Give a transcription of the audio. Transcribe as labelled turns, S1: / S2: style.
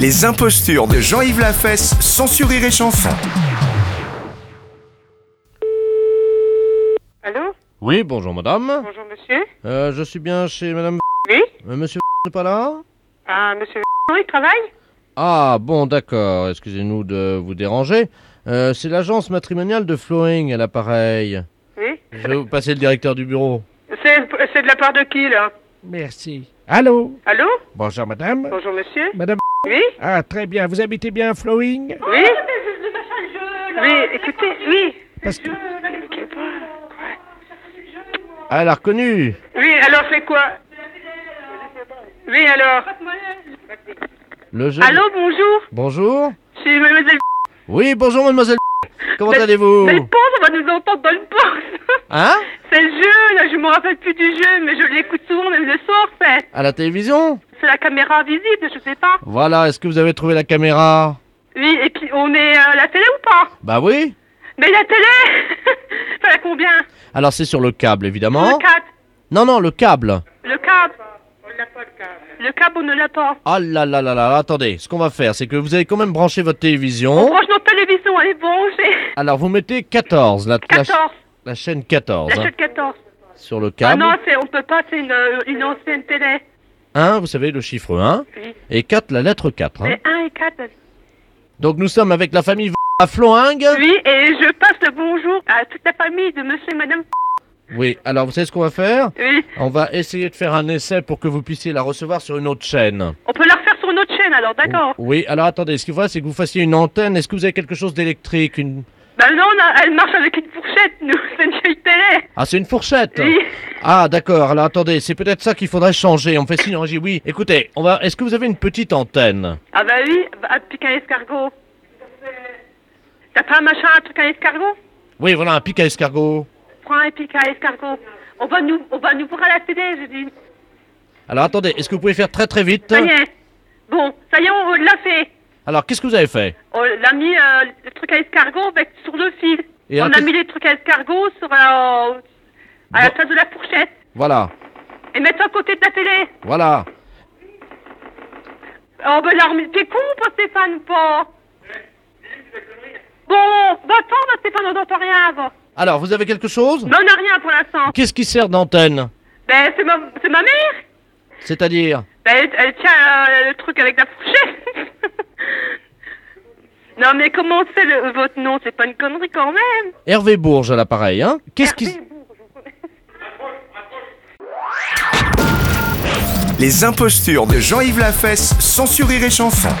S1: Les impostures de Jean-Yves Lafesse, censuré et chanson.
S2: Allô
S3: Oui, bonjour madame.
S2: Bonjour monsieur
S3: Euh, je suis bien chez madame.
S2: Oui
S3: Euh, Monsieur n'est pas là
S2: Ah, monsieur il travaille
S3: Ah bon, d'accord. Excusez-nous de vous déranger. Euh, c'est l'agence matrimoniale de Flowing à l'appareil.
S2: Oui
S3: Je vais vous passer le directeur du bureau.
S2: C'est c'est de la part de qui, là
S4: Merci. Allô
S2: Allô
S4: Bonjour madame.
S2: Bonjour monsieur
S4: Madame
S2: Oui
S4: Ah très bien, vous habitez bien à Flowing
S2: Oui Oui, écoutez, oui
S4: Parce que-
S3: Ah, elle a reconnu.
S2: Oui, alors c'est quoi Oui, alors
S3: Le jeu.
S2: Allô, bonjour
S3: Bonjour.
S2: C'est mademoiselle...
S3: Oui, bonjour mademoiselle. Comment allez-vous
S2: Belle pense, on va nous entendre dans le porte
S3: Hein
S2: C'est le jeu, là, je me rappelle plus du jeu, mais je l'écoute souvent, même le soir, c'est...
S3: À la télévision
S2: C'est la caméra invisible, je sais pas.
S3: Voilà, est-ce que vous avez trouvé la caméra
S2: Oui, et puis on est euh, à la télé ou pas
S3: Bah oui.
S2: Mais la télé Ça la combien
S3: Alors c'est sur le câble évidemment.
S2: Le câble.
S3: Non non, le câble.
S2: Le câble. On l'a pas le câble. Le câble, on ne l'a pas.
S3: Ah là là là là, attendez, ce qu'on va faire, c'est que vous allez quand même brancher votre
S2: On
S3: télévision.
S2: branche nos télévisions, elle est branchée.
S3: Alors vous mettez 14, la, la
S2: 14.
S3: ch- la chaîne 14,
S2: La
S3: hein,
S2: chaîne 14.
S3: sur le
S2: Ah
S3: câble.
S2: non, c'est, on peut pas, c'est une, euh, une ancienne télé.
S3: 1, vous savez, le chiffre 1.
S2: Oui.
S3: Et 4, la lettre 4. hein.
S2: C'est 1 et 4.
S3: Donc nous sommes avec la famille V- à Floingue.
S2: Oui, et je passe le bonjour à toute la famille de monsieur et madame.
S3: Oui, alors vous savez ce qu'on va faire
S2: Oui.
S3: On va essayer de faire un essai pour que vous puissiez la recevoir sur une autre chaîne.
S2: On peut la refaire sur notre chaîne alors, d'accord
S3: Oui, alors attendez, ce qu'il faudra, c'est que vous fassiez une antenne. Est-ce que vous avez quelque chose d'électrique une...
S2: Ben non, on a- elle marche avec une fourchette, nous, c'est une vieille télé.
S3: Ah, c'est une fourchette
S2: Oui.
S3: Ah, d'accord, alors attendez, c'est peut-être ça qu'il faudrait changer. On me fait signe en régie, oui. Écoutez, on va... est-ce que vous avez une petite antenne
S2: Ah bah oui, bah, un pic à escargot. T'as pas un machin, un truc à escargot
S3: Oui, voilà, un pic à escargot.
S2: Prends un pic à escargot. On va nous, on va nous voir à la télé, je dis.
S3: Alors attendez, est-ce que vous pouvez faire très très vite
S2: Ça y est. Bon, ça y est, on l'a fait.
S3: Alors, qu'est-ce que vous avez fait
S2: On l'a mis euh, le truc à escargot avec, sur le fil.
S3: Et
S2: on
S3: alors,
S2: a
S3: qu'est-ce-
S2: mis les trucs à escargot sur la, à la
S3: Bon.
S2: place de la fourchette.
S3: Voilà,
S2: Et mettre à côté de la télé.
S3: voilà.
S2: Oh ben là, mais t'es con ou pas Stéphane ou pas Bon, va-t'en là, Stéphane, on n'entend rien avant.
S3: Alors, vous avez quelque chose
S2: Mais on n'a rien pour l'instant.
S3: Qu'est-ce qui sert d'antenne
S2: Ben c'est ma, c'est ma mère
S3: C'est-à-dire
S2: Bah, elle, elle tient euh, le truc avec la fourchette. non, mais comment c'est le, votre nom C'est pas une connerie quand même.
S3: Hervé Bourges à l'appareil, hein Qu'est-ce qui...
S1: Les impostures de Jean-Yves Lafesse, censuré et chanson.